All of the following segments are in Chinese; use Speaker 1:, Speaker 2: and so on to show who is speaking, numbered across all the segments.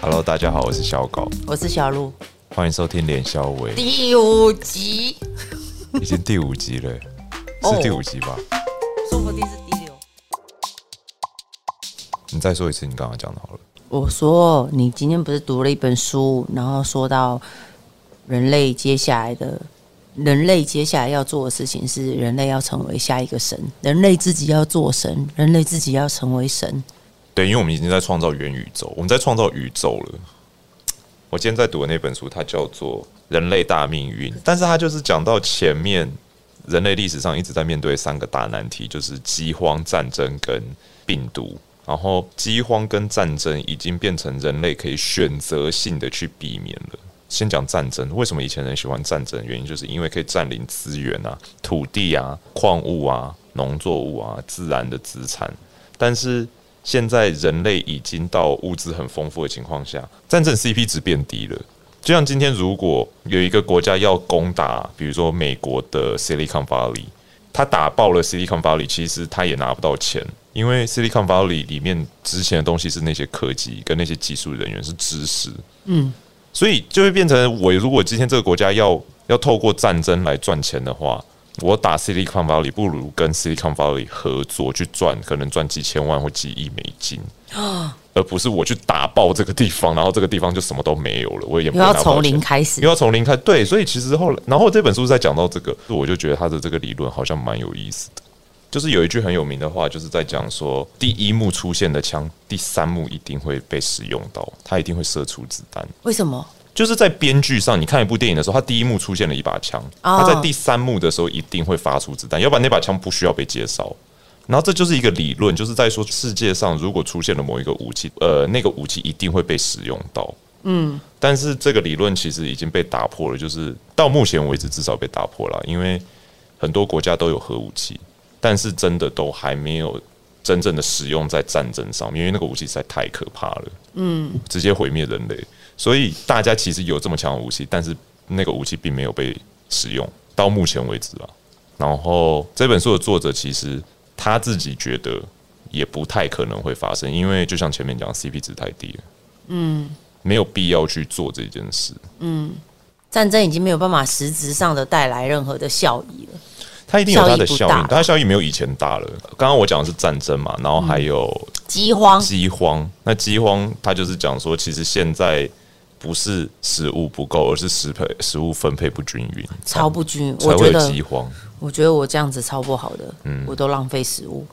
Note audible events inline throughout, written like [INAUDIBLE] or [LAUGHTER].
Speaker 1: Hello，大家好，我是小狗，
Speaker 2: 我是小鹿，
Speaker 1: 欢迎收听连肖维，
Speaker 2: 第五集，
Speaker 1: 已经第五集了，
Speaker 2: 哦
Speaker 1: 是第五集吧？
Speaker 2: 说不定是第六。
Speaker 1: 你再说一次你刚刚讲的好了。
Speaker 2: 我说你今天不是读了一本书，然后说到人类接下来的人类接下来要做的事情是人类要成为下一个神，人类自己要做神，人类自己要成为神。
Speaker 1: 对，因为我们已经在创造元宇宙，我们在创造宇宙了。我今天在读的那本书，它叫做《人类大命运》，但是它就是讲到前面人类历史上一直在面对三个大难题，就是饥荒、战争跟病毒。然后，饥荒跟战争已经变成人类可以选择性的去避免了。先讲战争，为什么以前人喜欢战争？原因就是因为可以占领资源啊、土地啊、矿物啊、农作物啊、自然的资产。但是现在人类已经到物资很丰富的情况下，战争 CP 值变低了。就像今天，如果有一个国家要攻打，比如说美国的 Silicon Valley，他打爆了 Silicon Valley，其实他也拿不到钱，因为 Silicon Valley 里面值钱的东西是那些科技跟那些技术人员是知识，
Speaker 2: 嗯
Speaker 1: 所以就会变成我如果今天这个国家要要透过战争来赚钱的话，我打 Silicon Valley 不如跟 Silicon Valley 合作去赚，可能赚几千万或几亿美金。
Speaker 2: 哦
Speaker 1: 而不是我去打爆这个地方，然后这个地方就什么都没有了，我也不
Speaker 2: 又
Speaker 1: 会拿
Speaker 2: 要
Speaker 1: 不到
Speaker 2: 从零
Speaker 1: 钱
Speaker 2: 开始
Speaker 1: 又要从零开对，所以其实后来，然后这本书是在讲到这个，我就觉得他的这个理论好像蛮有意思的。就是有一句很有名的话，就是在讲说，第一幕出现的枪，第三幕一定会被使用到，它一定会射出子弹。
Speaker 2: 为什么？
Speaker 1: 就是在编剧上，你看一部电影的时候，它第一幕出现了一把枪，
Speaker 2: 哦
Speaker 1: 它在第三幕的时候一定会发出子弹，要不然那把枪不需要被介绍。然后这就是一个理论，就是在说世界上如果出现了某一个武器，呃，那个武器一定会被使用到。嗯，但是这个理论其实已经被打破了，就是到目前为止至少被打破了，因为很多国家都有核武器，但是真的都还没有真正的使用在战争上面，因为那个武器实在太可怕了。直接毁灭人类。所以大家其实有这么强的武器，但是那个武器并没有被使用，到目前为止啊。然后这本书的作者其实他自己觉得也不太可能会发生，因为就像前面讲，CP 值太低了，嗯，没有必要去做这件事。
Speaker 2: 战争已经没有办法实质上的带来任何的效益了。
Speaker 1: 它一定有它的效
Speaker 2: 效益不
Speaker 1: 应
Speaker 2: 大，
Speaker 1: 它的效应没有以前大了。刚刚我讲的是战争嘛，然后还有
Speaker 2: 饥荒，
Speaker 1: 饥荒。那饥荒，它就是讲说，其实现在不是食物不够，而是食配食物分配不均匀，
Speaker 2: 超不均匀。
Speaker 1: 才
Speaker 2: 我
Speaker 1: 会
Speaker 2: 觉
Speaker 1: 有
Speaker 2: 得，
Speaker 1: 饥荒。
Speaker 2: 我觉得我这样子超不好的，我都浪费食物。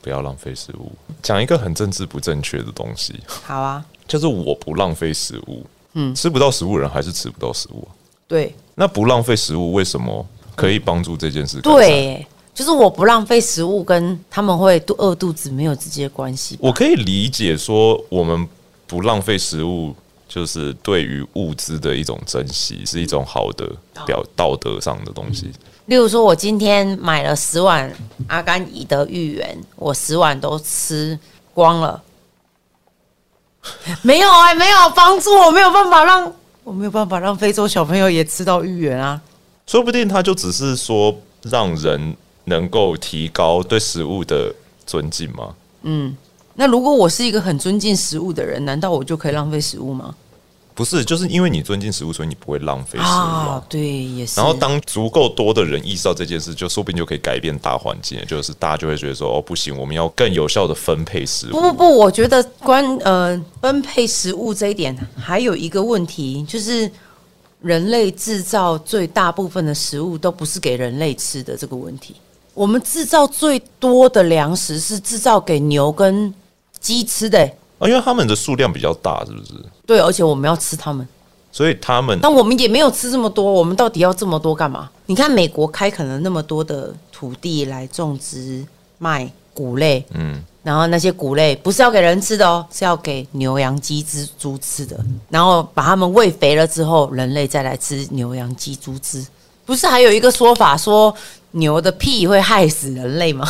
Speaker 1: 不要浪费食物。讲一个很政治不正确的东西， [LAUGHS]
Speaker 2: 好啊，
Speaker 1: 就是我不浪费食物，嗯，吃不到食物人还是吃不到食物啊、
Speaker 2: 对，
Speaker 1: 那不浪费食物为什么可以帮助这件事？
Speaker 2: 对，耶，就是我不浪费食物跟他们会肚饿肚子没有直接关系吧。
Speaker 1: 我可以理解说我们不浪费食物，就是对于物资的一种珍惜，是一种好的表道德上的东西。
Speaker 2: 例如说，我今天买了十碗阿甘怡的芋圆，我十碗都吃光了， [LAUGHS] 没有哎、没有帮助，我没有办法让我没有办法让非洲小朋友也吃到芋圆啊。
Speaker 1: 说不定他就只是说让人能够提高对食物的尊敬嘛。
Speaker 2: 那如果我是一个很尊敬食物的人，难道我就可以浪费食物吗？
Speaker 1: 不是，就是因为你尊敬食物，所以你不会浪费食物啊、
Speaker 2: 啊，对，也是。
Speaker 1: 然后当足够多的人意识到这件事，就说不定就可以改变大环境，就是大家就会觉得说，哦，不行，我们要更有效的分配食
Speaker 2: 不
Speaker 1: 物。
Speaker 2: 不不，我觉得关呃分配食物这一点还有一个问题，就是人类制造最大部分的食物都不是给人类吃的这个问题。我们制造最多的粮食是制造给牛跟鸡吃的、
Speaker 1: 啊，因为他们的数量比较大，是不是？
Speaker 2: 对，而且我们要吃它们，
Speaker 1: 所以他们
Speaker 2: 但我们也没有吃这么多，我们到底要这么多干嘛？你看美国开垦了那么多的土地来种植麦谷类，
Speaker 1: 嗯
Speaker 2: 然后那些谷类不是要给人吃的哦，是要给牛、羊、鸡、蜘猪吃的。然后把它们喂肥了之后，人类再来吃牛、羊、鸡、猪吃。不是还有一个说法说牛的屁会害死人类吗？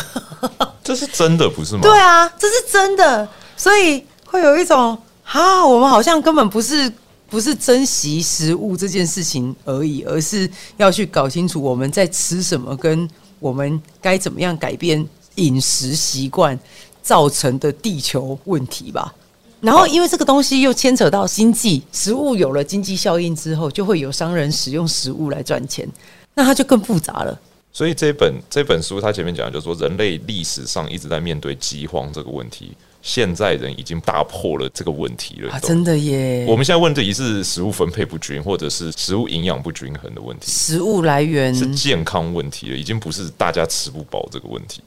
Speaker 1: 这是真的，不是吗？
Speaker 2: 对啊，这是真的，所以会有一种啊，我们好像根本不是不是珍惜食物这件事情而已，而是要去搞清楚我们在吃什么，跟我们该怎么样改变饮食习惯造成的地球问题吧。然后，因为这个东西又牵扯到经济，食物有了经济效应之后，就会有商人使用食物来赚钱，那它就更复杂了。
Speaker 1: 所以这本这本书它前面讲的就是说，人类历史上一直在面对饥荒这个问题，现在人已经打破了这个问题了。
Speaker 2: 啊，
Speaker 1: 你懂吗
Speaker 2: 真的耶！
Speaker 1: 我们现在问题是食物分配不均，或者是食物营养不均衡的问题，
Speaker 2: 食物来源
Speaker 1: 是健康问题了，已经不是大家吃不饱这个问题。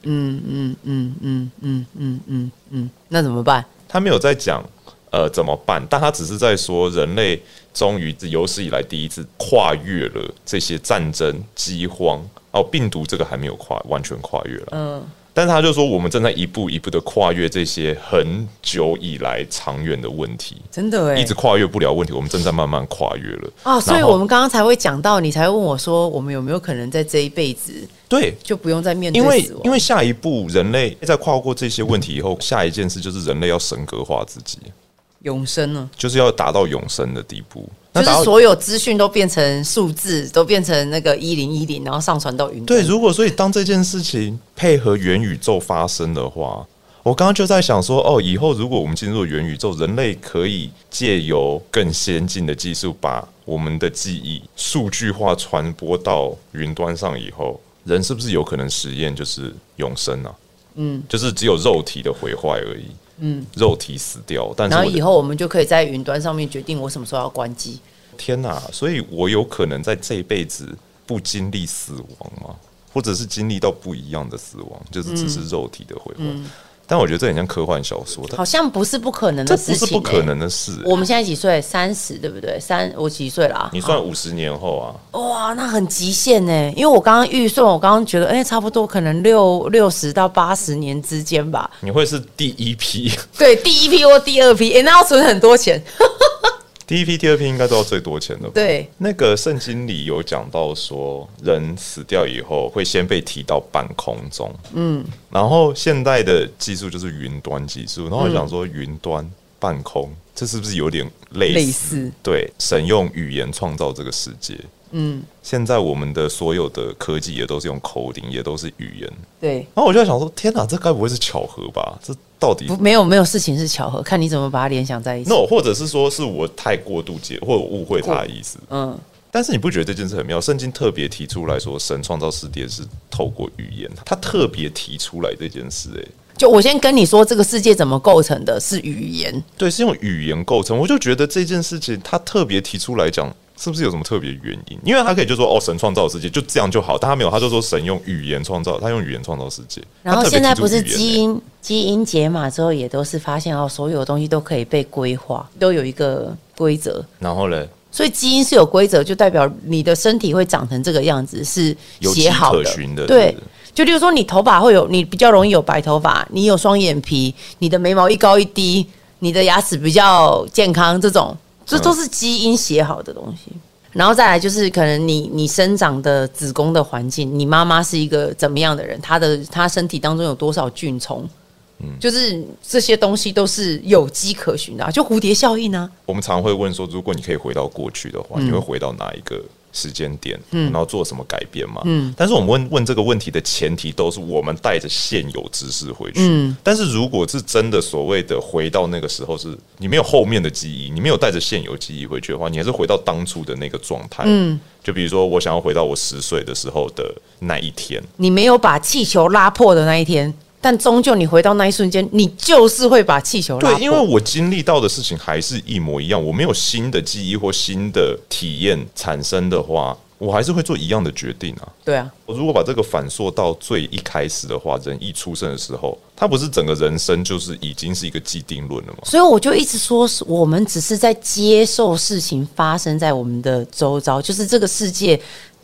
Speaker 2: 那怎么办？
Speaker 1: 他没有在讲呃怎么办，但他只是在说人类终于有史以来第一次跨越了这些战争、饥荒哦，病毒这个还没有跨完全跨越了，嗯，但是他就说我们正在一步一步的跨越这些很久以来长远的问题。
Speaker 2: 真的哎
Speaker 1: 一直，跨越不了问题，我们正在慢慢跨越了
Speaker 2: 啊，所以
Speaker 1: 然后
Speaker 2: 我们刚刚才会讲到，你才会问我说，我们有没有可能在这一辈子
Speaker 1: 对，
Speaker 2: 就不用再面
Speaker 1: 因
Speaker 2: 对
Speaker 1: 为
Speaker 2: 死
Speaker 1: 因
Speaker 2: 亡？
Speaker 1: 为下一步人类在跨过这些问题以后，下一件事就是人类要神格化自己，
Speaker 2: 永生呢？
Speaker 1: 就是要达到永生的地步。那
Speaker 2: 就
Speaker 1: 达
Speaker 2: 是
Speaker 1: 到
Speaker 2: 所有资讯都变成数字，都变成那个一零一零，然后上传到云端。
Speaker 1: 对，如果所以当这件事情配合元宇宙发生的话，我刚刚就在想说，哦，以后如果我们进入元宇宙，人类可以借由更先进的技术，把我们的记忆数据化传播到云端上以后，人是不是有可能实验就是永生啊？嗯，就是只有肉体的毁坏而已。嗯，肉体死掉，但是
Speaker 2: 然后
Speaker 1: 我的
Speaker 2: 以后我们就可以在云端上面决定我什么时候要关机。
Speaker 1: 天哪、所以我有可能在这一辈子不经历死亡吗？或者是经历到不一样的死亡，就是只是肉体的毁坏？但我觉得这很像科幻小说，但
Speaker 2: 嗯好像不是不可能
Speaker 1: 这
Speaker 2: 的
Speaker 1: 不
Speaker 2: 事
Speaker 1: 是
Speaker 2: 情、欸，
Speaker 1: 不可能的事、
Speaker 2: 我们现在几岁？三十，对不对？三，我几岁了、啊？
Speaker 1: 你算五十年后啊，
Speaker 2: 哇，那很极限呢。因为我刚刚预算，我刚刚觉得，哎、差不多可能六六十到八十年之间吧。
Speaker 1: 你会是第一批，
Speaker 2: 对，第一批或第二批，哎、那要存很多钱。
Speaker 1: 第一批、第二批应该都要最多钱的吧？
Speaker 2: 对，
Speaker 1: 那个圣经里有讲到说，人死掉以后会先被提到半空中，嗯，然后现代的技术就是云端技术，然后我想说云端、半空，这是不是有点类似？
Speaker 2: 类似
Speaker 1: 对，神用语言创造这个世界，嗯，现在我们的所有的科技也都是用口令，也都是语言，
Speaker 2: 对，
Speaker 1: 然后我就在想说，天哪，这该不会是巧合吧？这到底
Speaker 2: 不，没有没有事情是巧合，看你怎么把它联想在一起。
Speaker 1: no，或者是说是我太过度解，或者我误会他的意思，
Speaker 2: 嗯，
Speaker 1: 但是你不觉得这件事很妙？圣经特别提出来说，神创造世界是透过语言，他特别提出来这件事、欸，
Speaker 2: 就我先跟你说，这个世界怎么构成的，是语言。
Speaker 1: 对，是用语言构成。我就觉得这件事情，他特别提出来讲，是不是有什么特别原因？因为他可以就说哦，神创造世界就这样就好，但他没有，他就说神用语言创造，他用语言创造世界。
Speaker 2: 然后
Speaker 1: 他特别
Speaker 2: 现在
Speaker 1: 提
Speaker 2: 不
Speaker 1: 出
Speaker 2: 是
Speaker 1: 语言
Speaker 2: 基
Speaker 1: 欸，
Speaker 2: 因、基因解码之后，也都是发现哦，所有东西都可以被规划，都有一个规则。
Speaker 1: 然后嘞，
Speaker 2: 所以基因是有规则，就代表你的身体会长成这个样子，是
Speaker 1: 有迹
Speaker 2: 写好
Speaker 1: 可
Speaker 2: 的。
Speaker 1: 循的，是
Speaker 2: 对
Speaker 1: 不是，
Speaker 2: 就例如说你头发会有，你比较容易有白头发，你有双眼皮，你的眉毛一高一低，你的牙齿比较健康，这种这
Speaker 1: 嗯
Speaker 2: 都是基因写好的东西。然后再来就是可能你你生长的子宫的环境，你妈妈是一个怎么样的人，她的她身体当中有多少菌虫。
Speaker 1: 嗯
Speaker 2: 就是这些东西都是有迹可循的啊、就蝴蝶效应啊，
Speaker 1: 我们常会问说，如果你可以回到过去的话，你会回到哪一个时间点？然后做什么改变吗？但是我们问问这个问题的前提都是我们带着现有知识回去。但是如果是真的所谓的回到那个时候是，你没有后面的记忆，你没有带着现有记忆回去的话，你还是回到当初的那个状态。就比如说，我想要回到我十岁的时候的那一天，
Speaker 2: 你没有把气球拉破的那一天，但终究你回到那一瞬间，你就是会把气球拉破。
Speaker 1: 对，因为我经历到的事情还是一模一样，我没有新的记忆或新的体验产生的话，我还是会做一样的决定啊。
Speaker 2: 对啊，
Speaker 1: 我如果把这个反溯到最一开始的话，人一出生的时候，他不是整个人生就是已经是一个既定论了吗？
Speaker 2: 所以我就一直说，是我们只是在接受事情发生在我们的周遭，就是这个世界。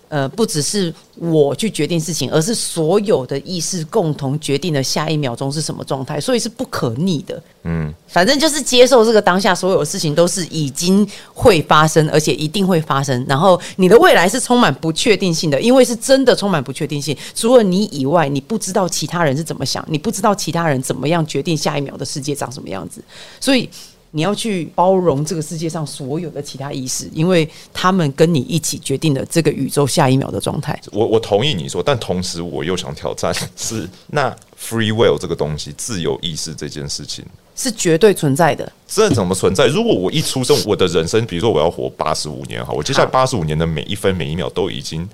Speaker 2: 呃，不只是我去决定事情，而是所有的意识共同决定了下一秒钟是什么状态，所以是不可逆的。嗯，反正就是接受这个当下，所有事情都是已经会发生，而且一定会发生。然后你的未来是充满不确定性的，因为是真的充满不确定性。除了你以外，你不知道其他人是怎么想，你不知道其他人怎么样决定下一秒的世界长什么样子，所以。你要去包容这个世界上所有的其他意识，因为他们跟你一起决定了这个宇宙下一秒的状态。
Speaker 1: 我我同意你说，但同时我又想挑战是那 free will 这个东西，自由意识这件事情，
Speaker 2: 是绝对存在的。
Speaker 1: 这怎么存在？如果我一出生，我的人生，比如说我要活八十五年，好，我接下来八十五年的每一分每一秒都已经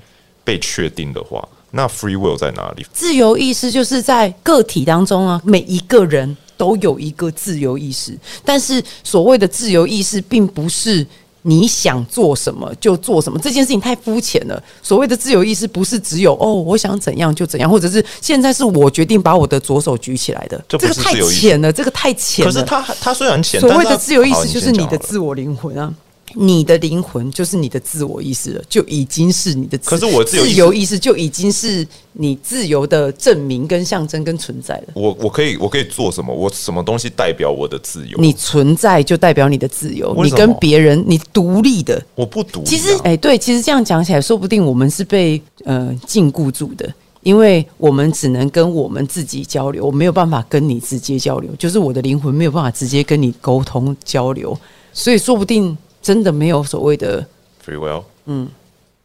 Speaker 1: 被确定的话，那 free will 在哪里？
Speaker 2: 自由意识就是在个体当中啊，每一个人都有一个自由意识，但是所谓的自由意识，并不是你想做什么就做什么，这件事情太肤浅了。所谓的自由意识，不是只有哦，我想怎样就怎样，或者是现在是我决定把我的左手举起来的，
Speaker 1: 这不
Speaker 2: 这
Speaker 1: 是
Speaker 2: 个太
Speaker 1: 自由意识
Speaker 2: 浅了，这个太浅
Speaker 1: 可
Speaker 2: 了。
Speaker 1: 是它它虽然浅，
Speaker 2: 所谓
Speaker 1: 但是
Speaker 2: 的
Speaker 1: 它
Speaker 2: 自由意
Speaker 1: 好
Speaker 2: 识，就是
Speaker 1: 先
Speaker 2: 你
Speaker 1: 讲
Speaker 2: 的
Speaker 1: 好了
Speaker 2: 自我灵魂啊。你的灵魂就是你的自我意识了，就已经是你的自。
Speaker 1: 可是我自由意识
Speaker 2: 意识就已经是你自由的证明、跟象征、跟存在了。
Speaker 1: 我我可以我可以做什么？我什么东西代表我的自由？
Speaker 2: 你存在就代表你的自由，
Speaker 1: 为
Speaker 2: 你
Speaker 1: 什么
Speaker 2: 跟别人，你独立的。
Speaker 1: 我不独立啊、
Speaker 2: 其实，哎、对，其实这样讲起来，说不定我们是被呃禁锢住的，因为我们只能跟我们自己交流，我没有办法跟你直接交流，就是我的灵魂没有办法直接跟你沟通交流，所以说不定真的没有所谓的
Speaker 1: free will，嗯，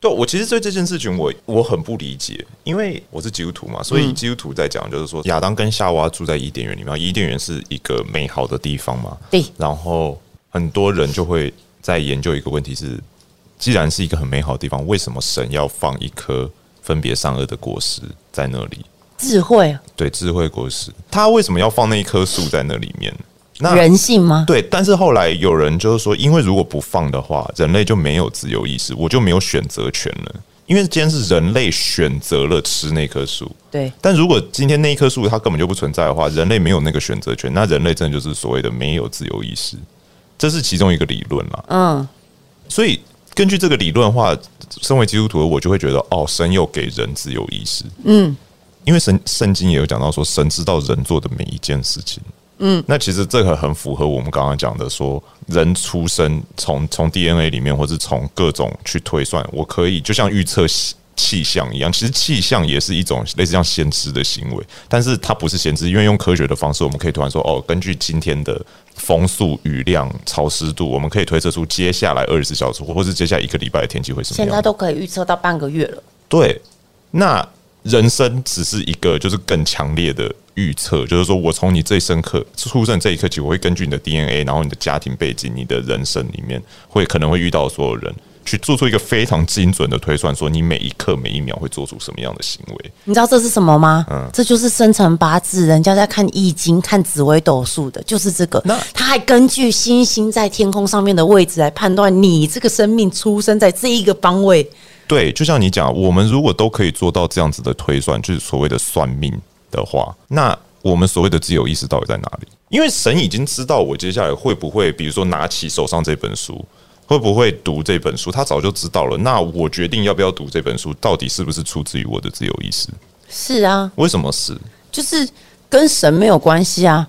Speaker 1: 对我其实对这件事情我我很不理解，因为我是基督徒嘛，所
Speaker 2: 嗯
Speaker 1: 以基督徒在讲就是说亚当跟夏娃住在伊甸园里面，伊甸园是一个美好的地方嘛，
Speaker 2: 对
Speaker 1: 然后很多人就会在研究一个问题是，既然是一个很美好的地方，为什么神要放一颗分别善恶的果实在那里？
Speaker 2: 智慧、啊
Speaker 1: 对，智慧果实，他为什么要放那一棵树在那里面？那
Speaker 2: 人性吗？
Speaker 1: 对，但是后来有人就是说，因为如果不放的话，人类就没有自由意识，我就没有选择权了。因为今天是人类选择了吃那棵树，
Speaker 2: 对，
Speaker 1: 但如果今天那一棵树它根本就不存在的话，人类没有那个选择权，那人类真的就是所谓的没有自由意识，这是其中一个理论啦。
Speaker 2: 嗯，
Speaker 1: 所以根据这个理论的话，身为基督徒的我就会觉得，哦，神有给人自由意识，嗯，因为神圣经也有讲到说，神知道人做的每一件事情，嗯，那其实这个很符合我们刚刚讲的说，人出生从从 DNA 里面，或是从各种去推算，我可以就像预测气。气象一样，其实气象也是一种类似像先知的行为，但是它不是先知，因为用科学的方式，我们可以突然说，哦，根据今天的风速、雨量、潮湿度，我们可以推测出接下来二十四小时，或是接下来一个礼拜的天气会什么样。
Speaker 2: 都可以预测到半个月了。
Speaker 1: 对，那人生只是一个就是更强烈的预测，就是说我从你这一生刻出生这一刻起，我会根据你的 DNA，然后你的家庭背景、你的人生里面会可能会遇到的所有人，去做出一个非常精准的推算，说你每一刻每一秒会做出什么样的行为。
Speaker 3: 你知道这是什么吗？
Speaker 2: 嗯
Speaker 3: 这就是生辰八字，人家在看易经、看紫微斗数的，就是这个
Speaker 1: 那。
Speaker 3: 他还根据星星在天空上面的位置来判断你这个生命出生在这一个方位。
Speaker 1: 对，就像你讲，我们如果都可以做到这样子的推算，就是所谓的算命的话，那我们所谓的自由意识到底在哪里？因为神已经知道我接下来会不会，比如说拿起手上这本书，会不会读这本书，他早就知道了。那我决定要不要读这本书，到底是不是出自于我的自由意识？
Speaker 2: 是啊，
Speaker 1: 为什么是？
Speaker 2: 就是跟神没有关系啊，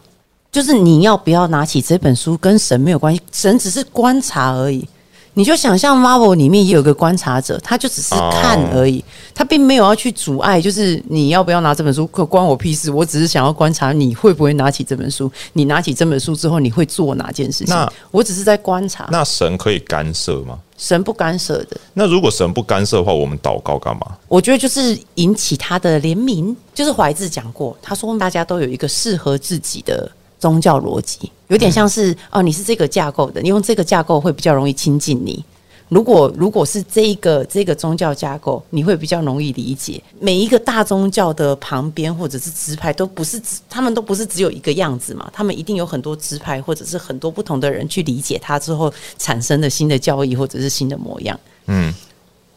Speaker 3: 就是你要不要拿起这本书，跟神没有关系，神只是观察而已。
Speaker 2: 你就想象 Marvel 里面也有个观察者，他就只是看而已，他并没有要去阻碍，就是你要不要拿这本书，可关我屁事。我只是想要观察你会不会拿起这本书，你拿起这本书之后你会做哪件事情
Speaker 1: 那。
Speaker 2: 我只是在观察，
Speaker 1: 那神可以干涉吗？
Speaker 2: 神不干涉的。
Speaker 1: 那如果神不干涉的话，我们祷告干嘛？
Speaker 2: 我觉得就是引起他的怜悯，就是怀志讲过，他说大家都有一个适合自己的宗教逻辑，有点像是哦，你是这个架构的，你用这个架构会比较容易亲近你。如果如果是这一个这个宗教架构，你会比较容易理解。每一个大宗教的旁边或者是支派，都不是只他们都不是只有一个样子嘛，他们一定有很多支派或者是很多不同的人去理解它之后产生的新的教义或者是新的模样。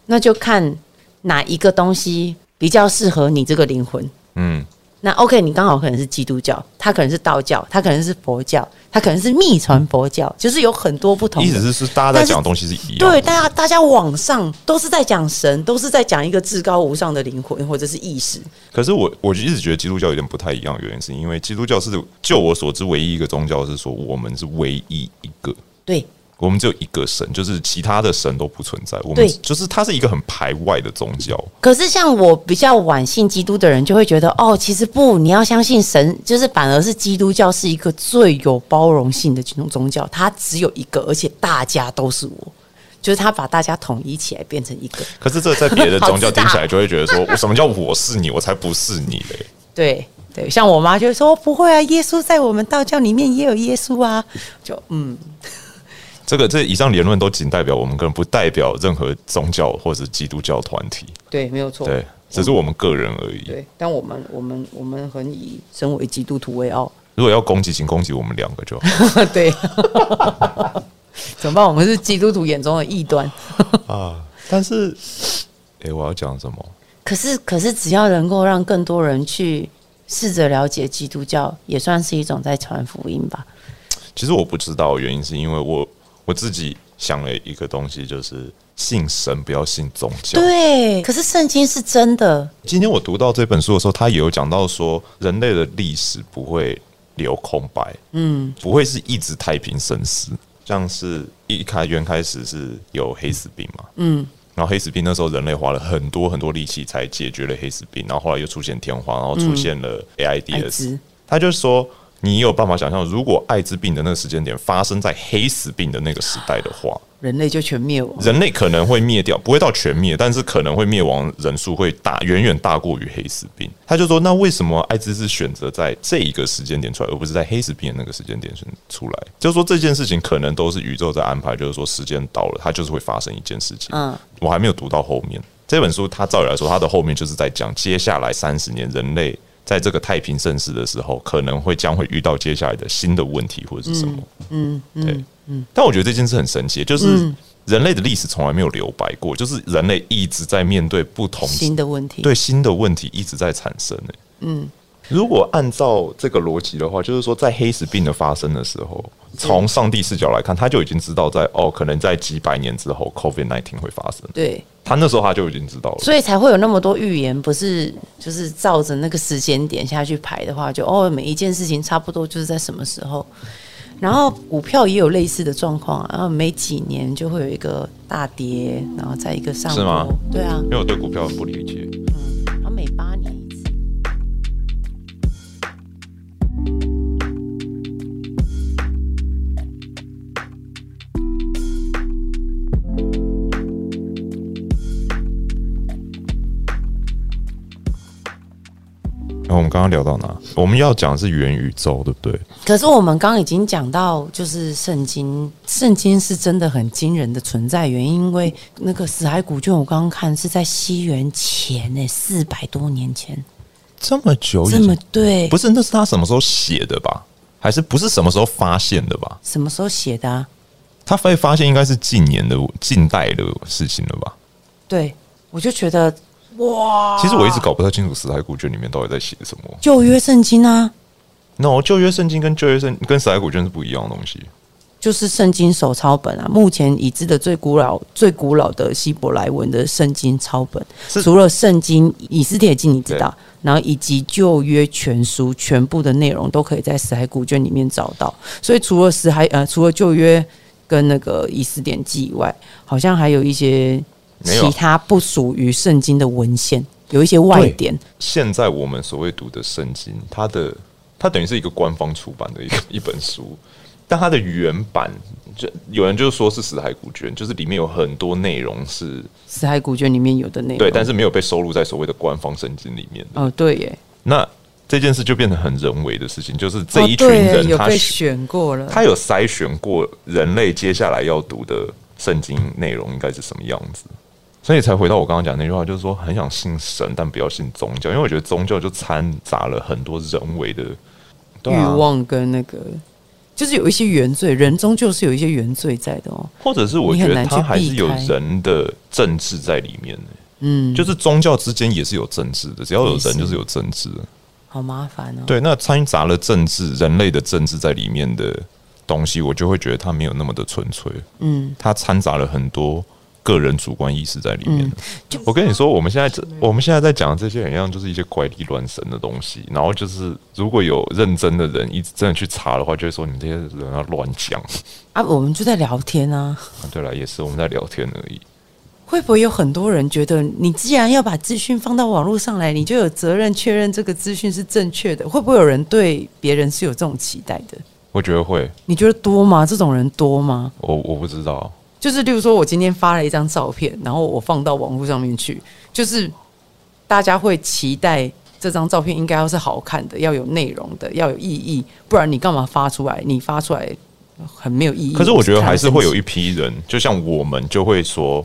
Speaker 2: 那就看哪一个东西比较适合你这个灵魂。
Speaker 1: 嗯，
Speaker 2: 那 OK，你刚好可能是基督教，它可能是道教，它可能是佛教，它可能是秘传佛教，就是有很多不同
Speaker 1: 意
Speaker 2: 的。
Speaker 1: 思是是大家在
Speaker 2: 但是
Speaker 1: 讲的东西是一样的。
Speaker 2: 对，大家大家网上都是在讲神，都是在讲一个至高无上的灵魂或者是意识。
Speaker 1: 可是我我就一直觉得基督教有点不太一样，原因是因为基督教是就我所知唯一一个宗教是说我们是唯一一个，
Speaker 2: 对，
Speaker 1: 我们只有一个神，就是其他的神都不存在。我们
Speaker 2: 对
Speaker 1: 就是它是一个很排外的宗教，
Speaker 2: 可是像我比较晚信基督的人，就会觉得哦，其实不，你要相信神，就是反而是基督教是一个最有包容性的这种宗教，它只有一个，而且大家都是我，就是它把大家统一起来变成一个。
Speaker 1: 可是这在别的宗教
Speaker 2: 好自大
Speaker 1: 听起来就会觉得说，我什么叫我是你，我才不是你嘞？
Speaker 2: 对对，像我妈就会
Speaker 4: 哦
Speaker 2: 说不会啊，耶稣在我们道教里面也有耶稣啊，就嗯，
Speaker 1: 这个这以上言论都仅代表我们个人，不代表任何宗教或者基督教团体，
Speaker 4: 对，没有错。
Speaker 1: 对，只是我们个人而已。
Speaker 4: 对，但我们我们我们很以身为基督徒为傲。 [LAUGHS]
Speaker 1: 如果要攻击，请攻击我们两个就好。
Speaker 4: 对， [LAUGHS] 怎么办？我们是基督徒眼中的异端。
Speaker 1: 啊，但是，诶，我要讲什么？
Speaker 2: 可是可是只要能够让更多人去试着了解基督教，也算是一种在传福音吧。
Speaker 1: 其实我不知道，原因是因为我我自己想了一个东西，就是信神不要信宗教。
Speaker 2: 对，可是圣经是真的，
Speaker 1: 今天我读到这本书的时候，他也有讲到说，人类的历史不会留空白，嗯，不会是一直太平盛世，像是一开原开始是有黑死病嘛，嗯。然后黑死病那时候人类花了很多很多力气才解决了黑死病，然后后来又出现天花，然后出现了 AIDS，、
Speaker 4: 艾滋
Speaker 1: 他就说，你有办法想象，如果艾滋病的那个时间点发生在黑死病的那个时代的话，
Speaker 4: 人类就全灭亡。
Speaker 1: 人类可能会灭掉，不会到全灭，但是可能会灭亡人数会大，远远大过于黑死病。他就说，那为什么艾滋是选择在这一个时间点出来，而不是在黑死病的那个时间点选出来？就是说这件事情可能都是宇宙在安排，就是说时间到了，它就是会发生一件事情。
Speaker 2: 嗯，
Speaker 1: 我还没有读到后面这本书，它照理来说，它的后面就是在讲接下来三十年人类。在这个太平盛世的时候，可能会将会遇到接下来的新的问题或者是什么？
Speaker 2: 嗯
Speaker 1: 对，但我觉得这件事很神奇，就是人类的历史从来没有留白过，就是人类一直在面对不同
Speaker 2: 新的问题。
Speaker 1: 对新的问题一直在产生、欸。嗯，如果按照这个逻辑的话，就是说在黑死病的发生的时候，
Speaker 2: 嗯
Speaker 1: 从上帝视角来看，他就已经知道在哦，可能在几百年之后，COVID nineteen 会发生。
Speaker 4: 对，
Speaker 1: 他那时候他就已经知道了。
Speaker 2: 所以才会有那么多预言，不是就是照着那个时间点下去排的话，就哦，每一件事情差不多就是在什么时候。然后股票也有类似的状况啊，然后没几年就会有一个大跌，然后再一个上
Speaker 1: 是吗
Speaker 2: 坡，对啊，
Speaker 1: 因为我对股票不理解，
Speaker 2: 然后每八年一次。
Speaker 1: 然后哦我们刚刚聊到哪？我们要讲的是元宇宙，对不对？
Speaker 2: 可是我们刚刚已经讲到，就是圣经，圣经是真的很惊人的存在，原因因为那个死海古卷，我刚刚看是在西元前诶，四百多年前，
Speaker 1: 这么久以
Speaker 2: 这
Speaker 1: 前，
Speaker 2: 么对，
Speaker 1: 不是，那是他什么时候写的吧？还是不是什么时候发现的吧？
Speaker 2: 什么时候写的啊？
Speaker 1: 他会发现应该是近年的近代的事情了吧？
Speaker 2: 对，我就觉得
Speaker 1: 其实我一直搞不太清楚《死海古卷》里面到底在写什么。
Speaker 2: 旧约圣经啊，
Speaker 1: no, 旧约圣经跟旧约圣跟《死海古卷》是不一样的东西。
Speaker 2: 就是圣经手抄本啊，目前已知的最古老、最古老的希伯来文的圣经抄本，
Speaker 1: 是
Speaker 2: 除了圣经以斯帖记你知道，然后以及旧约全书全部的内容都可以在死海古卷里面找到。所以除了死海呃，除了旧约跟那个以斯典记以外，好像还有一些
Speaker 1: 没有
Speaker 2: 其他不属于圣经的文献，有一些外
Speaker 1: 对
Speaker 2: 典。
Speaker 1: 现在我们所谓读的圣经，它的它等于是一个官方出版的一个一本书，但它的原版就有人就说是《死海古卷》，就是里面有很多内容是
Speaker 2: 死海古卷里面有的内容，
Speaker 1: 对，但是没有被收录在所谓的官方圣经里面的。
Speaker 2: 哦，对耶，
Speaker 1: 那这件事就变成很人为的事情，就是这
Speaker 2: 哦
Speaker 1: 一群
Speaker 2: 对耶
Speaker 1: 人
Speaker 2: 有
Speaker 1: 他
Speaker 2: 被
Speaker 1: 选
Speaker 2: 选过了，
Speaker 1: 他有筛选过人类接下来要读的圣经内容应该是什么样子，所以才回到我刚刚讲那句话，就是说很想信神，但不要信宗教，因为我觉得宗教就掺杂了很多人为的对
Speaker 2: 欲
Speaker 1: 啊
Speaker 2: 望跟那个，就是有一些原罪，人终究是有一些原罪在的哦。
Speaker 1: 或者是我
Speaker 2: 你
Speaker 1: 觉
Speaker 2: 很
Speaker 1: 得
Speaker 2: 难去
Speaker 1: 它还是有
Speaker 2: 避开
Speaker 1: 人的政治在里面、嗯，就是宗教之间也是有政治的，只要有
Speaker 2: 也
Speaker 1: 人
Speaker 2: 是
Speaker 1: 就是有政治的。
Speaker 2: 好麻烦哦。
Speaker 1: 对，那掺杂了政治，人类的政治在里面的东西，我就会觉得它没有那么的纯粹。嗯，它掺杂了很多个人主观意识在里面的。我跟你说，我们现在这我们现在在讲的这些，很像就是一些怪力乱神的东西。然后就是，如果有认真的人一直真的去查的话，就会说你们这些人要乱讲。
Speaker 2: 啊，我们就在聊天啊。
Speaker 1: 啊对了，也是我们在聊天而已。
Speaker 2: 会不会有很多人觉得，你既然要把资讯放到网络上来，你就有责任确认这个资讯是正确的？会不会有人对别人是有这种期待的？
Speaker 1: 我觉得会，
Speaker 2: 你觉得多吗？这种人多吗？
Speaker 1: 我我不知道，
Speaker 2: 就是例如说，我今天发了一张照片，然后我放到网络上面去，就是大家会期待这张照片应该要是好看的，要有内容的，要有意义，不然你干嘛发出来？你发出来很没有意义。
Speaker 1: 可是我觉得还是会有
Speaker 2: 一
Speaker 1: 一批人，就像我们就会说，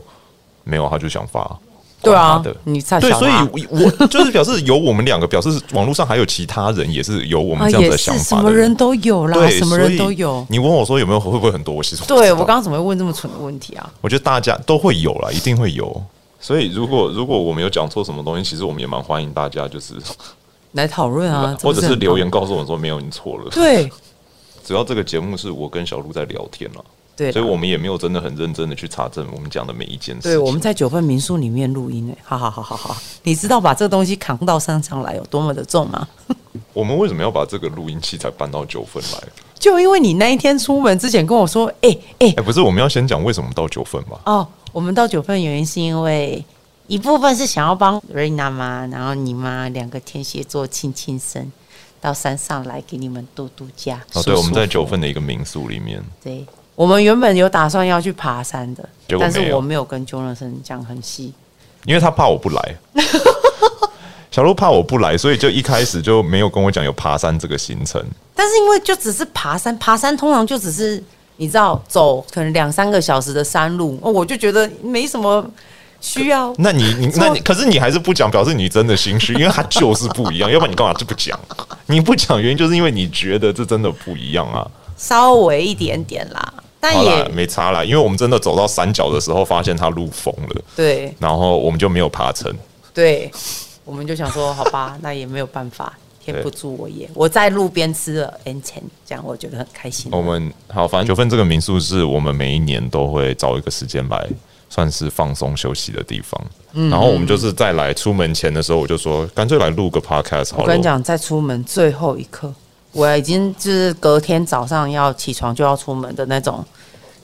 Speaker 1: 没有他就想发，
Speaker 2: 对
Speaker 1: 管
Speaker 2: 啊
Speaker 1: 他的，
Speaker 2: 你差
Speaker 1: 对，
Speaker 2: 小
Speaker 1: 所以
Speaker 2: 啦
Speaker 1: 我我就是表示有我们两个，表示网络上还有其他人也是有我
Speaker 2: 啊
Speaker 1: 们这样子
Speaker 2: 也
Speaker 1: 的
Speaker 2: 是
Speaker 1: 想
Speaker 2: 什
Speaker 1: 法
Speaker 2: 么
Speaker 1: 的
Speaker 2: 人都有啦，
Speaker 1: 对，
Speaker 2: 什么
Speaker 1: 所
Speaker 2: 人
Speaker 1: 以
Speaker 2: 都有。
Speaker 1: 你问我说有没有会不会很多？我其实不知
Speaker 2: 对
Speaker 1: 道
Speaker 2: 我刚刚怎么会问这么蠢的问题啊？
Speaker 1: 我觉得大家都会有啦，一定会有。所以如果如果我们有讲错什么东西，其实我们也蛮欢迎大家就是，
Speaker 2: 来讨论啊，
Speaker 1: [LAUGHS]
Speaker 2: 这
Speaker 1: 或
Speaker 2: 不
Speaker 1: 者
Speaker 2: 很
Speaker 1: 是
Speaker 2: 棒
Speaker 1: 留言。告诉我们说没有你错了。 [LAUGHS]
Speaker 2: 对
Speaker 1: 主要这个节目是我跟小鹿在聊天了，
Speaker 2: 对啦，
Speaker 1: 所以我们也没有真的很认真的去查证我们讲的每一件事情。
Speaker 2: 对我们在九份民宿里面录音诶，好好好好好，你知道把这个东西扛到山上来有多么的重吗？
Speaker 1: 我们为什么要把这个录音器材搬到九份来？
Speaker 2: 就因为你那一天出门之前跟我说，哎、
Speaker 1: [LAUGHS]
Speaker 2: 哎、
Speaker 1: 哎、不是，我们要先讲为什么到九份吧？
Speaker 2: 哦，我们到九份原因是因为一部分是想要帮瑞娜妈，然后你妈两个天蝎座亲亲生到山上来给你们度度假。
Speaker 1: 哦，对，
Speaker 2: 舒舒
Speaker 1: 我们在
Speaker 2: 服
Speaker 1: 九份的一个民宿里面，
Speaker 2: 对，我们原本有打算要去爬山的，
Speaker 1: 结果
Speaker 2: 但
Speaker 1: 没
Speaker 2: 是
Speaker 1: 有
Speaker 2: 我没有跟 Jonathan 讲很细。
Speaker 1: 因为他怕我不来， [LAUGHS] 小鹿怕我不来，所以就一开始就没有跟我讲有爬山这个行程。
Speaker 2: 但是因为就只是爬山，爬山通常就只是你知道走可能两三个小时的山路，哦，我就觉得没什么需要。
Speaker 1: 那你你那你，可是你还是不讲，表示你真的心虚，因为它就是不一样。要不然你干嘛就不讲？ [LAUGHS] 你不讲原因就是因为你觉得这真的不一样啊。
Speaker 2: 稍微一点点啦，但
Speaker 1: 好啦，
Speaker 2: 也
Speaker 1: 没差啦，因为我们真的走到山脚的时候，发现它路封了，
Speaker 2: 对
Speaker 1: 然后我们就没有爬成。
Speaker 2: 对，我们就想说，好
Speaker 1: [LAUGHS]
Speaker 2: 吧，那也没有办法，天不助我也。我在路边吃了 N 钱，这样我觉得很开心。
Speaker 1: 我们好，反正九份这个民宿是我们每一年都会找一个时间来，算是放松休息的地方。
Speaker 2: 嗯
Speaker 1: 然后我们就是在来出门前的时候，我就说干脆来录个 podcast 好
Speaker 2: 我
Speaker 1: 了。
Speaker 2: 跟你讲，在出门最后一刻，我已经就是隔天早上要起床就要出门的那种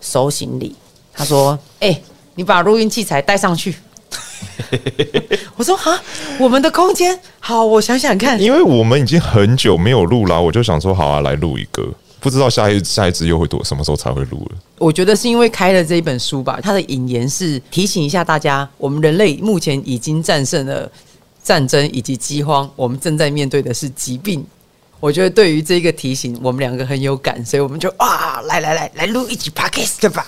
Speaker 2: 手行李。他说：“哎、你把录音器材带上去。” [LAUGHS] 我说：“哈，我们的空间好，我想想看。
Speaker 1: 因为我们已经很久没有录啦，我就想说好啊，来录一个。不知道下一下一支又会多什么时候才会录了。
Speaker 2: 我觉得是因为开了这一本书吧，它的引言是提醒一下大家，我们人类目前已经战胜了战争以及饥荒，我们正在面对的是疾病。我觉得对于这个提醒，我们两个很有感，所以我们就啊，来来来来录一集 podcast 吧。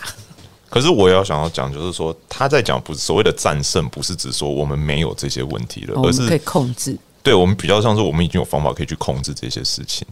Speaker 1: 可是我要想要讲，就是说他在讲不是所谓的战胜，不是指说我们没有这些问题了，
Speaker 2: 哦我
Speaker 1: 而
Speaker 2: 们可以
Speaker 1: 是
Speaker 2: 控制，
Speaker 1: 对我们比较像是我们已经有方法可以去控制这些事情。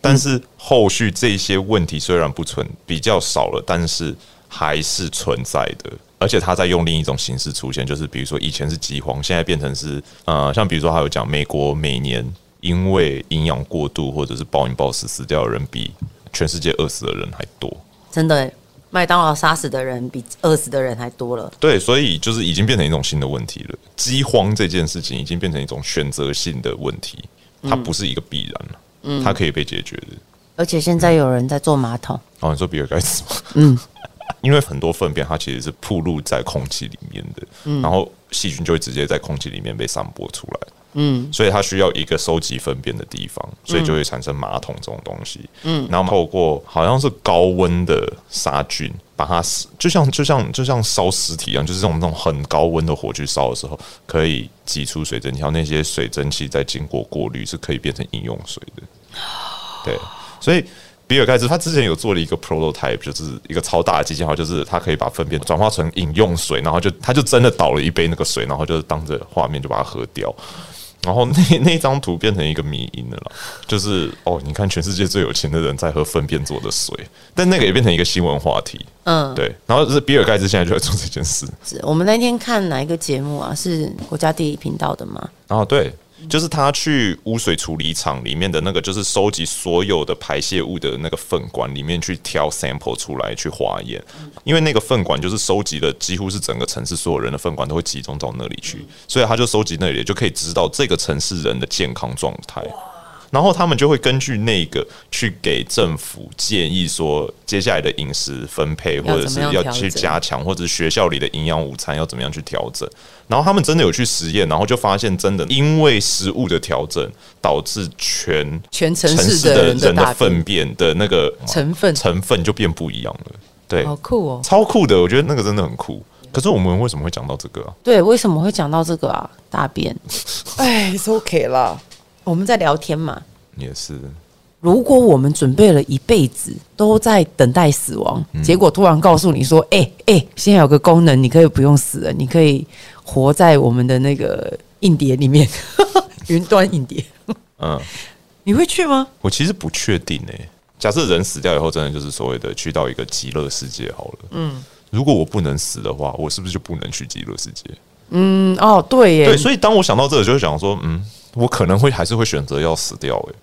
Speaker 1: 但是后续这些问题虽然不存比较少了，但是还是存在的，而且他在用另一种形式出现，就是比如说以前是饥荒，现在变成是呃，像比如说还有讲美国每年因为营养过度或者是暴饮暴食死掉的人比全世界饿死的人还多。
Speaker 2: 真的耶，麦当劳杀死的人比饿死的人还多了。
Speaker 1: 对，所以就是已经变成一种新的问题了。饥荒这件事情已经变成一种选择性的问题，它不是一个必然了，它可以被解决的。
Speaker 2: 而且现在有人在做马桶，
Speaker 1: 哦，你说比尔盖茨吗？嗯， [LAUGHS] 因为很多粪便它其实是暴露在空气里面的，然后细菌就会直接在空气里面被散播出来。嗯，所以它需要一个收集粪便的地方，所以就会产生马桶这种东西。嗯，然后透过好像是高温的杀菌，把它就像就像就像烧尸体一样，就是这种那种很高温的火去烧的时候，可以挤出水蒸气，然后那些水蒸气再经过过滤是可以变成饮用水的。对，所以比尔盖茨他之前有做了一个 prototype，就是一个超大的机器，好，就是它可以把粪便转化成饮用水，然后就他就真的倒了一杯那个水，然后就是当着画面就把它喝掉。然后那那张图变成一个迷因了啦，就是哦，你看全世界最有钱的人在喝粪便做的水，但那个也变成一个新闻话题，
Speaker 2: 嗯，
Speaker 1: 对。然后是比尔盖茨现在就在做这件事，
Speaker 2: 我们那天看哪一个节目啊？是国家地理频道的吗？
Speaker 1: 哦然后对，就是他去污水处理厂里面的那个，就是收集所有的排泄物的那个粪管里面去挑 sample 出来去化验，因为那个粪管就是收集了几乎是整个城市所有人的粪管都会集中到那里去，所以他就收集那里就可以知道这个城市人的健康状态。然后他们就会根据那个去给政府建议，说接下来的饮食分配，或者是要去加强，或者是学校里的营养午餐要怎么样去调整。然后他们真的有去实验，然后就发现真的因为食物的调整，导致全
Speaker 3: 全城
Speaker 1: 城
Speaker 3: 市
Speaker 1: 市
Speaker 3: 的
Speaker 1: 的
Speaker 3: 人的
Speaker 1: 人
Speaker 3: 大
Speaker 1: 的
Speaker 3: 便
Speaker 1: 粪便的那个
Speaker 3: 成分，
Speaker 1: 成分就变不一样了。对，
Speaker 3: 好酷哦！
Speaker 1: 超酷的，我觉得那个真的很酷。可是我们为什么会讲到这个啊？
Speaker 2: 对，为什么会讲到这个啊？大便，
Speaker 3: 哎，it's OK 啦。
Speaker 2: 我们在聊天嘛。
Speaker 1: 也是，
Speaker 2: 如果我们准备了一辈子都在等待死亡，结果突然告诉你说：“哎、哎、现在有个功能，你可以不用死了，你可以活在我们的那个硬碟里面， [LAUGHS] 云端硬碟。
Speaker 1: 嗯，”
Speaker 2: 你会去吗？
Speaker 1: 我其实不确定诶、假设人死掉以后，真的就是所谓的去到一个极乐世界好了。嗯，如果我不能死的话，我是不是就不能去极乐世界？
Speaker 2: 嗯，哦，对耶，
Speaker 1: 对，所以当我想到这个，就会想说，嗯，我可能会还是会选择要死掉诶、因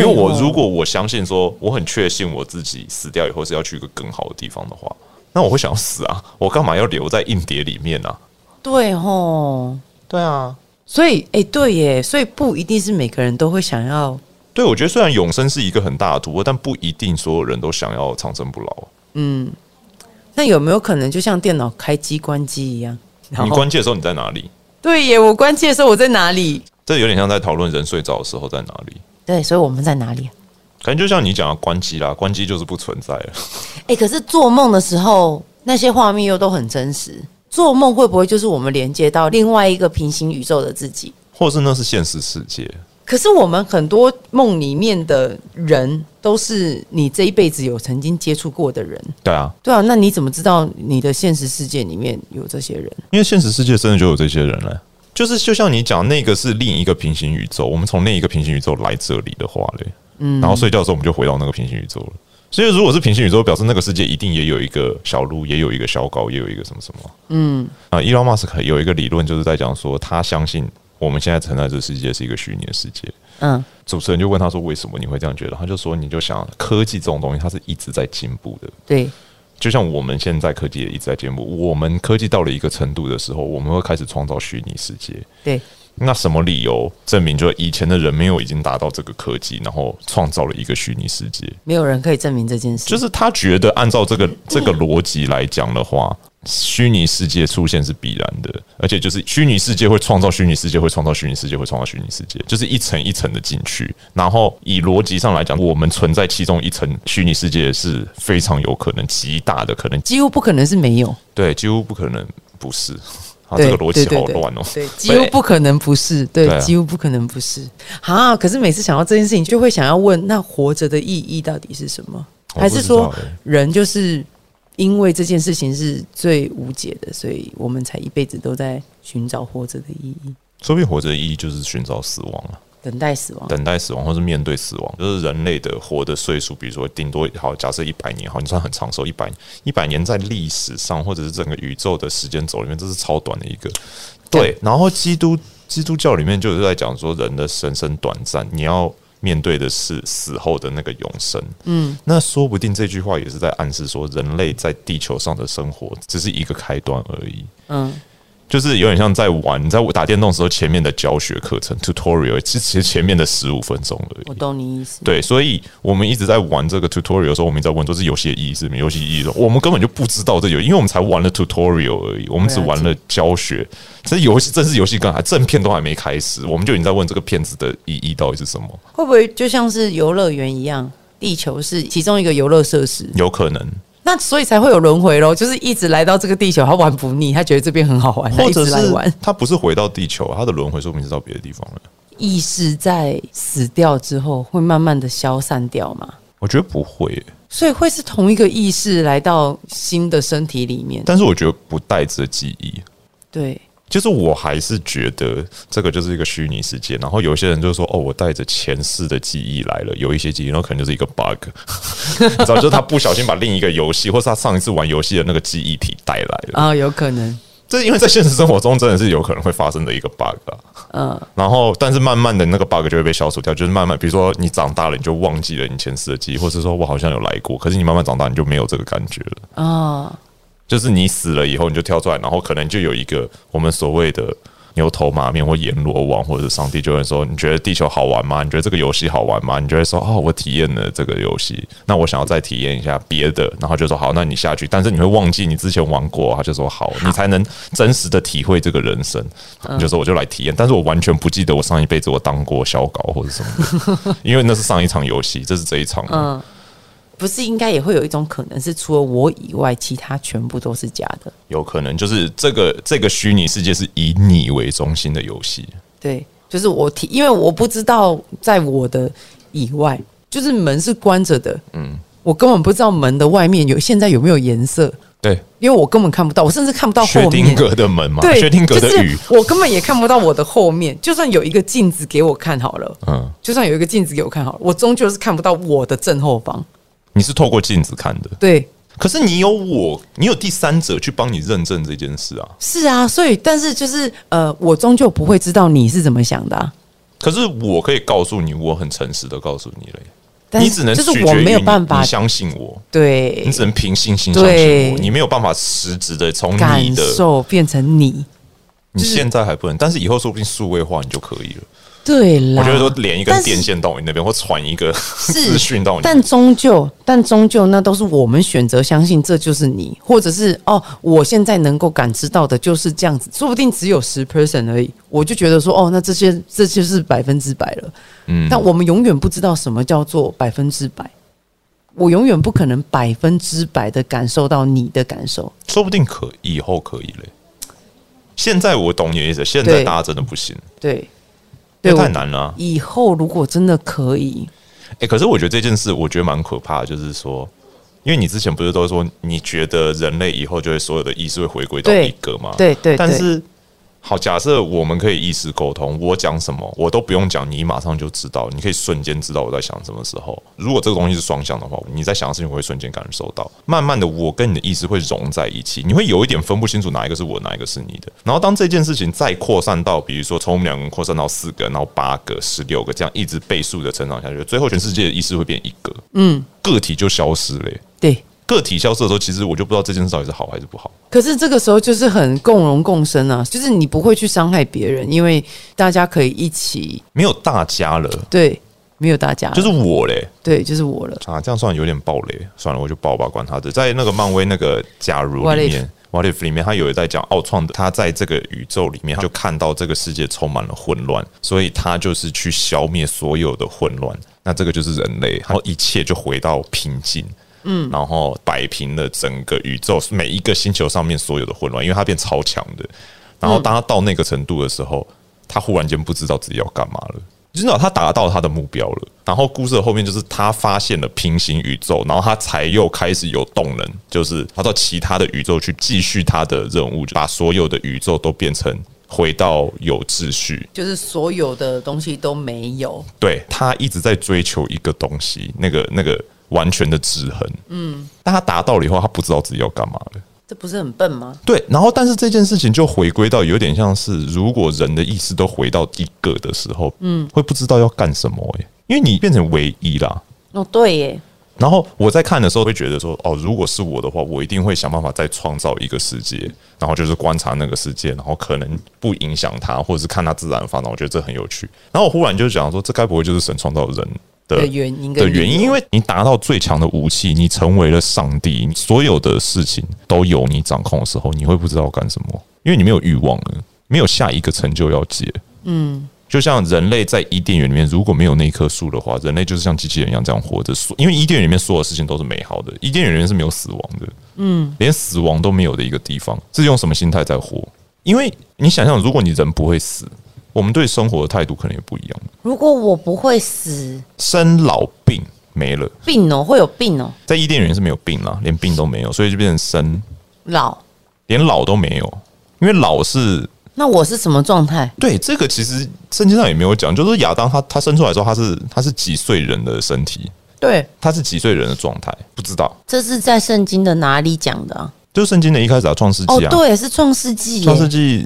Speaker 2: 对
Speaker 1: 为我
Speaker 2: 哦
Speaker 1: 如果我相信说，我很确信我自己死掉以后是要去一个更好的地方的话，那我会想要死啊！我干嘛要留在硬碟里面啊？
Speaker 2: 对吼，
Speaker 1: 对啊，
Speaker 2: 所以哎、对耶，所以不一定是每个人都会想要，
Speaker 1: 对，我觉得虽然永生是一个很大的突破，但不一定所有人都想要长生不老。啊
Speaker 2: 那有没有可能就像电脑开机关机一样？然
Speaker 1: 你
Speaker 2: 后
Speaker 1: 关机的时候你在哪里？
Speaker 2: 对耶，我关机的时候我在哪里？
Speaker 1: 这有点像在讨论人睡着的时候在哪里。
Speaker 2: 对，所以我们在哪里、啊？
Speaker 1: 感觉就像你讲的关机啦，关机就是不存在了。
Speaker 2: 哎、可是做梦的时候，那些画面又都很真实。做梦会不会就是我们连接到另外一个平行宇宙的自己？
Speaker 1: 或是那是现实世界，
Speaker 2: 可是我们很多梦里面的人，都是你这一辈子有曾经接触过的人。
Speaker 1: 对啊，
Speaker 2: 对啊，那你怎么知道你的现实世界里面有这些人？
Speaker 1: 因为现实世界真的就有这些人嘞。就是就像你讲，那个是另一个平行宇宙，我们从另一个平行宇宙来这里的话嘞，嗯，然后睡觉的时候我们就回到那个平行宇宙了。所以如果是平行宇宙，表示那个世界一定也有一个小鹿，也有一个小狗，也有一个什么什么。嗯，啊、伊 e l o n Musk 有一个理论就是在讲说，他相信我们现在存在这世界是一个虚拟的世界。
Speaker 2: 嗯，
Speaker 1: 主持人就问他说：“为什么你会这样觉得？”他就说：“你就想科技这种东西，它是一直在进步的。
Speaker 2: 对，
Speaker 1: 就像我们现在科技也一直在进步，我们科技到了一个程度的时候，我们会开始创造虚拟世界。
Speaker 2: 对，
Speaker 1: 那什么理由证明就以前的人没有已经达到这个科技，然后创造了一个虚拟世界？
Speaker 2: 没有人可以证明这件事。
Speaker 1: 就是他觉得按照这个这个逻辑来讲的话，虚拟世界出现是必然的，而且就是虚拟世界会创造虚拟世界，会创造虚拟世界，会创造虚拟世界，就是一层一层的进去。然后以逻辑上来讲，我们存在其中一层虚拟世界是非常有可能极大的可能，
Speaker 2: 几乎不可能是没有，
Speaker 1: 对，几乎不可能不是。 [LAUGHS] 啊，
Speaker 2: 对
Speaker 1: 这个逻辑
Speaker 2: 对对
Speaker 1: 好乱哦、
Speaker 2: 对，几乎不可能不是，对，
Speaker 1: 对啊
Speaker 2: 几乎不可能不是。啊，可是每次想到这件事情，就会想要问，那活着的意义到底是什么？
Speaker 1: 我不知道
Speaker 2: 还是说
Speaker 1: 欸
Speaker 2: 人就是因为这件事情是最无解的，所以我们才一辈子都在寻找活着的意义，
Speaker 1: 说不定活着的意义就是寻找死亡啊，
Speaker 2: 等待死亡。
Speaker 1: 等待死亡，或是面对死亡，就是人类的活的岁数，比如说顶多好，假设一百年，好，你算很长寿，一百一百年在历史上或者是整个宇宙的时间轴里面，这是超短的一个。对，然后基督基督教里面就是在讲说人的人生短暂，你要面对的是死后的那个永生。嗯，那说不定这句话也是在暗示说，人类在地球上的生活只是一个开端而已。
Speaker 2: 嗯，
Speaker 1: 就是有点像在玩，你在打电动的时候前面的教学课程 tutorial，其实其实前面的十五分钟而
Speaker 2: 我
Speaker 1: 已。
Speaker 2: 懂你意思。
Speaker 1: 对，所以我们一直在玩这个 tutorial 的时候，我们一直在问说这游戏的意义是什么？游戏意义是什么我们根本就不知道这游戏，因为我们才玩了 tutorial 而已，我们只玩了教学。这游戏正式游戏刚才正片都还没开始，我们就已经在问这个片子的意义到底是什么？
Speaker 2: 会不会就像是游乐园一样，地球是其中一个游乐设施？
Speaker 1: 有可能，
Speaker 2: 那所以才会有轮回咯，就是一直来到这个地球，他玩不腻，他觉得这边很好玩，
Speaker 1: 或
Speaker 2: 他一直
Speaker 1: 者
Speaker 2: 来
Speaker 1: 是
Speaker 2: 玩。
Speaker 1: 它不是回到地球，它的轮回说不定是到别的地方了。
Speaker 2: 意识在死掉之后会慢慢的消散掉嘛，
Speaker 1: 我觉得不会耶、
Speaker 2: 所以会是同一个意识来到新的身体里面。
Speaker 1: 但是我觉得不带着记忆。
Speaker 2: 对，
Speaker 1: 就是我还是觉得这个就是一个虚拟世界，然后有一些人就说哦，我带着前世的记忆来了，有一些记忆，然后可能就是一个 bug，你知道，就是他不小心把另一个游戏，或是他上一次玩游戏的那个记忆体带来了。
Speaker 2: 啊、有可能。
Speaker 1: 这因为在现实生活中真的是有可能会发生的一个 bug 啊。嗯，然后但是慢慢的那个 bug 就会被消除掉，就是慢慢，比如说你长大了，你就忘记了你前世的记忆，或是说我好像有来过，可是你慢慢长大，你就没有这个感觉了。
Speaker 2: 哦，
Speaker 1: 就是你死了以后，你就跳出来，然后可能就有一个我们所谓的牛头马面或阎罗王或者上帝就会说：“你觉得地球好玩吗？你觉得这个游戏好玩吗？”你就会说：“哦，我体验了这个游戏，那我想要再体验一下别的。”然后就说：“好，那你下去。”但是你会忘记你之前玩过，啊他就说：“好，你才能真实的体会这个人生。”你就说：“我就来体验。”但是我完全不记得我上一辈子我当过小狗或者什么的，因为那是上一场游戏，这是这一场。嗯，
Speaker 2: 不是应该也会有一种可能是，除了我以外，其他全部都是假的。
Speaker 1: 有可能就是这个这个虚拟世界是以你为中心的游戏。
Speaker 2: 对，就是我提，因为我不知道在我的以外，就是门是关着的，嗯，我根本不知道门的外面有现在有没有颜色，
Speaker 1: 对，
Speaker 2: 因为我根本看不到，我甚至看不到
Speaker 1: 薛
Speaker 2: 后
Speaker 1: 定
Speaker 2: 面。
Speaker 1: 谔的门嘛，
Speaker 2: 对，
Speaker 1: 薛定谔的雨，
Speaker 2: 就是我根本也看不到我的后面。就算有一个镜子给我看好了，
Speaker 1: 嗯，
Speaker 2: 就算有一个镜子给我看好了，我终究是看不到我的正后方。
Speaker 1: 你是透过镜子看的，
Speaker 2: 对，
Speaker 1: 可是你有我，你有第三者去帮你认证这件事啊。
Speaker 2: 是啊，所以但是就是呃，我终究不会知道你是怎么想的、啊。
Speaker 1: 可是我可以告诉你，我很诚实的告诉你嘞，
Speaker 2: 但
Speaker 1: 你只能
Speaker 2: 就是
Speaker 1: 取
Speaker 2: 我
Speaker 1: 决于
Speaker 2: 没有
Speaker 1: 你
Speaker 2: 办法
Speaker 1: 你相信我，
Speaker 2: 对
Speaker 1: 你只能凭信心相信我，
Speaker 2: 对
Speaker 1: 你没有办法实质的从
Speaker 2: 感
Speaker 1: 你的，
Speaker 2: 受变成你。
Speaker 1: 你现在还不能，但是以后说不定数位化你就可以了。
Speaker 2: 对啦，
Speaker 1: 我觉得说连一根
Speaker 2: 但是
Speaker 1: 电线到你那边，或传一个 [LAUGHS] 资讯到你那边，
Speaker 2: 但终究，但终究，那都是我们选择相信这就是你，或者是哦，我现在能够感知到的就是这样子，说不定只有十 percent 而已，我就觉得说哦，那这些这就是百分之百了。嗯，但我们永远不知道什么叫做百分之百，我永远不可能百分之百的感受到你的感受。
Speaker 1: 说不定可以后可以嘞。现在我懂你的意思，现在
Speaker 2: 对
Speaker 1: 大家真的不行，
Speaker 2: 对，
Speaker 1: 因
Speaker 2: 对，
Speaker 1: 为太
Speaker 2: 我
Speaker 1: 难了啊、
Speaker 2: 以后如果真的可以，
Speaker 1: 哎、可是我觉得这件事，我觉得蛮可怕的，就是说，因为你之前不是都说你觉得人类以后就会所有的意识会回归到
Speaker 2: 对
Speaker 1: 一个吗？
Speaker 2: 对对
Speaker 1: 但
Speaker 2: 对
Speaker 1: 是，好，假设我们可以意识沟通，我讲什么我都不用讲，你马上就知道，你可以瞬间知道我在想什么时候。如果这个东西是双向的话，你在想的事情我会瞬间感受到。慢慢的，我跟你的意识会融在一起，你会有一点分不清楚哪一个是我，哪一个是你的。然后当这件事情再扩散到，比如说从我们两个人扩散到四个，然后八个、十六个，这样一直倍数的成长下去，最后全世界的意识会变一个，嗯，个体就消失了耶、
Speaker 2: 对。
Speaker 1: 个体消失的时候，其实我就不知道这件事到底是好还是不好。
Speaker 2: 可是这个时候就是很共荣共生啊，就是你不会去伤害别人，因为大家可以一起
Speaker 1: 没有大家了，
Speaker 2: 对，没有大家，
Speaker 1: 就是我嘞。
Speaker 2: 对，就是我了。
Speaker 1: 啊，这样算有点暴雷，算了，我就爆吧，管他的。在那个漫威那个假如
Speaker 2: What
Speaker 1: 里面，What if 里面，他有在讲奥创的，他在这个宇宙里面，他就看到这个世界充满了混乱，所以他就是去消灭所有的混乱。那这个就是人类，然后一切就回到平静。嗯，然后摆平了整个宇宙每一个星球上面所有的混乱，因为他变超强的。然后当他到那个程度的时候，他忽然间不知道自己要干嘛了。就是他达到他的目标了，然后故事的后面就是他发现了平行宇宙，然后他才又开始有动能，就是他到其他的宇宙去继续他的任务，把所有的宇宙都变成回到有秩序。
Speaker 2: 就是所有的东西都没有，
Speaker 1: 对他一直在追求一个东西，那个那个完全的制衡。嗯，但他达到了以后，他不知道自己要干嘛了。
Speaker 2: 这不是很笨吗？
Speaker 1: 对，然后但是这件事情就回归到有点像是，如果人的意识都回到一个的时候，嗯，会不知道要干什么诶、因为你变成唯一啦。
Speaker 2: 哦，对耶，
Speaker 1: 然后我在看的时候会觉得说，哦，如果是我的话，我一定会想办法再创造一个世界，然后就是观察那个世界，然后可能不影响它，或者是看它自然发展。我觉得这很有趣。然后我忽然就想说，这该不会就是神创造人的
Speaker 2: 的原因跟
Speaker 1: 的原
Speaker 2: 理
Speaker 1: 因？
Speaker 2: 由
Speaker 1: 因为你达到最强的武器，你成为了上帝，你所有的事情都由你掌控的时候，你会不知道干什么，因为你没有欲望了，没有下一个成就要解。
Speaker 2: 嗯
Speaker 1: 就像人类在伊甸园里面，如果没有那一棵树的话，人类就是像机器人一样这样活着。所因为伊甸园里面所有事情都是美好的，伊甸园里面是没有死亡的，嗯，连死亡都没有的一个地方，这是用什么心态在活？因为你想想，如果你人不会死，我们对生活的态度可能也不一样。
Speaker 3: 如果我不会死，
Speaker 1: 生老病没了，
Speaker 3: 病哦，会有病哦，
Speaker 1: 在伊甸园是没有病啦，连病都没有，所以就变成生，
Speaker 3: 老。
Speaker 1: 连老都没有，因为老是
Speaker 3: 那我是什么状态？
Speaker 1: 对，这个其实圣经上也没有讲，就是说亚当他他生出来之后，他是他是几岁人的身体，
Speaker 2: 对，
Speaker 1: 他是几岁人的状态？不知道，
Speaker 3: 这是在圣经的哪里讲的啊？
Speaker 1: 就是圣经的一开始啊，《创世纪
Speaker 3: 哦》，
Speaker 1: 啊，
Speaker 3: 对，是创世纪
Speaker 1: 《
Speaker 3: 耶，
Speaker 1: 创世纪》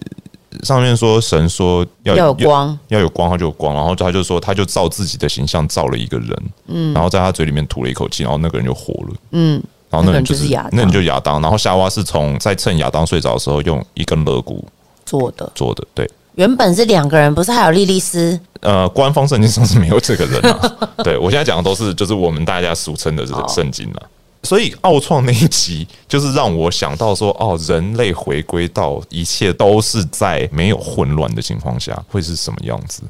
Speaker 1: 上面说神说要
Speaker 3: 要有光，
Speaker 1: 要有光，他就有光，然后他就说他就照自己的形象造了一个人，嗯，然后在他嘴里面吐了一口气，然后那个人就活了，
Speaker 3: 嗯，
Speaker 1: 然后那个人就
Speaker 3: 那个人就是是亚当
Speaker 1: 那人就亚当，然后夏娃是从在趁亚当睡着的时候用一根肋骨
Speaker 3: 做的。
Speaker 1: 做的，对，
Speaker 3: 原本是两个人，不是还有莉莉丝？
Speaker 1: 呃，官方圣经上是没有这个人 [LAUGHS] 啊。对我现在讲的都是就是我们大家俗称的这个圣经啊。所以奥创那一集就是让我想到说，哦，人类回归到一切都是在没有混乱的情况下会是什么样子？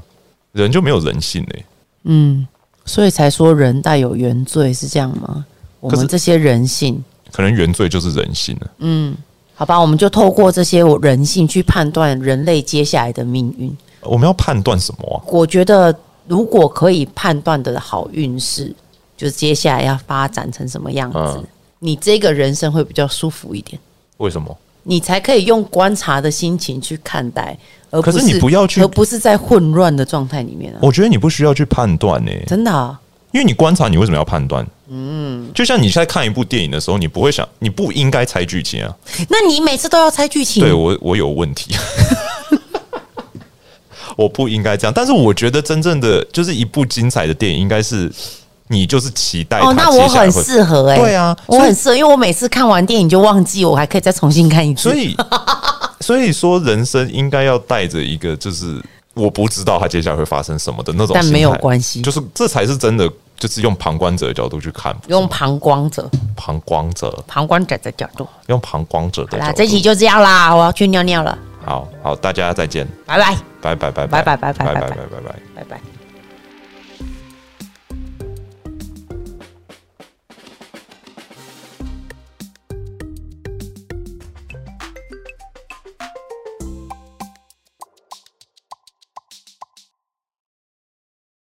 Speaker 1: 人就没有人性欸嘞、
Speaker 3: 嗯，所以才说人带有原罪，是这样吗？我
Speaker 1: 可
Speaker 3: 们
Speaker 1: 是
Speaker 3: 这些人性，
Speaker 1: 可能原罪就是人性啊了。
Speaker 3: 好吧，我们就透过这些人性去判断人类接下来的命运。
Speaker 1: 我们要判断什么啊？
Speaker 3: 我觉得如果可以判断的好运是，就是接下来要发展成什么样子，
Speaker 1: 嗯
Speaker 3: 你这个人生会比较舒服一点，
Speaker 1: 为什么？
Speaker 3: 你才可以用观察的心情去看待，而不
Speaker 1: 可是呃你不要去
Speaker 3: 而不是在混乱的状态里面啊，
Speaker 1: 我觉得你不需要去判断呢、
Speaker 3: 真的、啊。
Speaker 1: 因为你观察，你为什么要判断？嗯，就像你在看一部电影的时候，你不会想，你不应该猜剧情啊。
Speaker 3: 那你每次都要猜剧情，哦
Speaker 1: 对我我有问题， [LAUGHS] 我不应该这样。但是我觉得真正的就是一部精彩的电影，应该是你就是期待
Speaker 3: 哦，
Speaker 1: 它
Speaker 3: 那
Speaker 1: 接
Speaker 3: 我
Speaker 1: 下来
Speaker 3: 很
Speaker 1: 会
Speaker 3: 适合哎、
Speaker 1: 对啊
Speaker 3: 我
Speaker 1: 所以
Speaker 3: 很适合，因为我每次看完电影就忘记，我还可以再重新看一
Speaker 1: [LAUGHS]
Speaker 3: 次。
Speaker 1: 所以所以说人生应该要带着一个就是我不知道它接下来会发生什么的那种心态，
Speaker 3: 但没有关系
Speaker 1: 就是这才是真的，就是用旁观者的角度去看，
Speaker 3: 用旁观者、
Speaker 1: 旁观者
Speaker 3: 旁观者的角度，
Speaker 1: 用旁观者的
Speaker 3: 好
Speaker 1: 角
Speaker 3: 啦，
Speaker 1: 度。
Speaker 3: 这期就这样啦，我要去尿尿了，
Speaker 1: 好好，大家再见，
Speaker 3: 拜拜，
Speaker 1: 拜拜拜
Speaker 3: 拜拜拜
Speaker 1: 拜
Speaker 3: 拜
Speaker 1: 拜
Speaker 3: 拜拜
Speaker 1: 拜拜拜。
Speaker 3: 拜拜。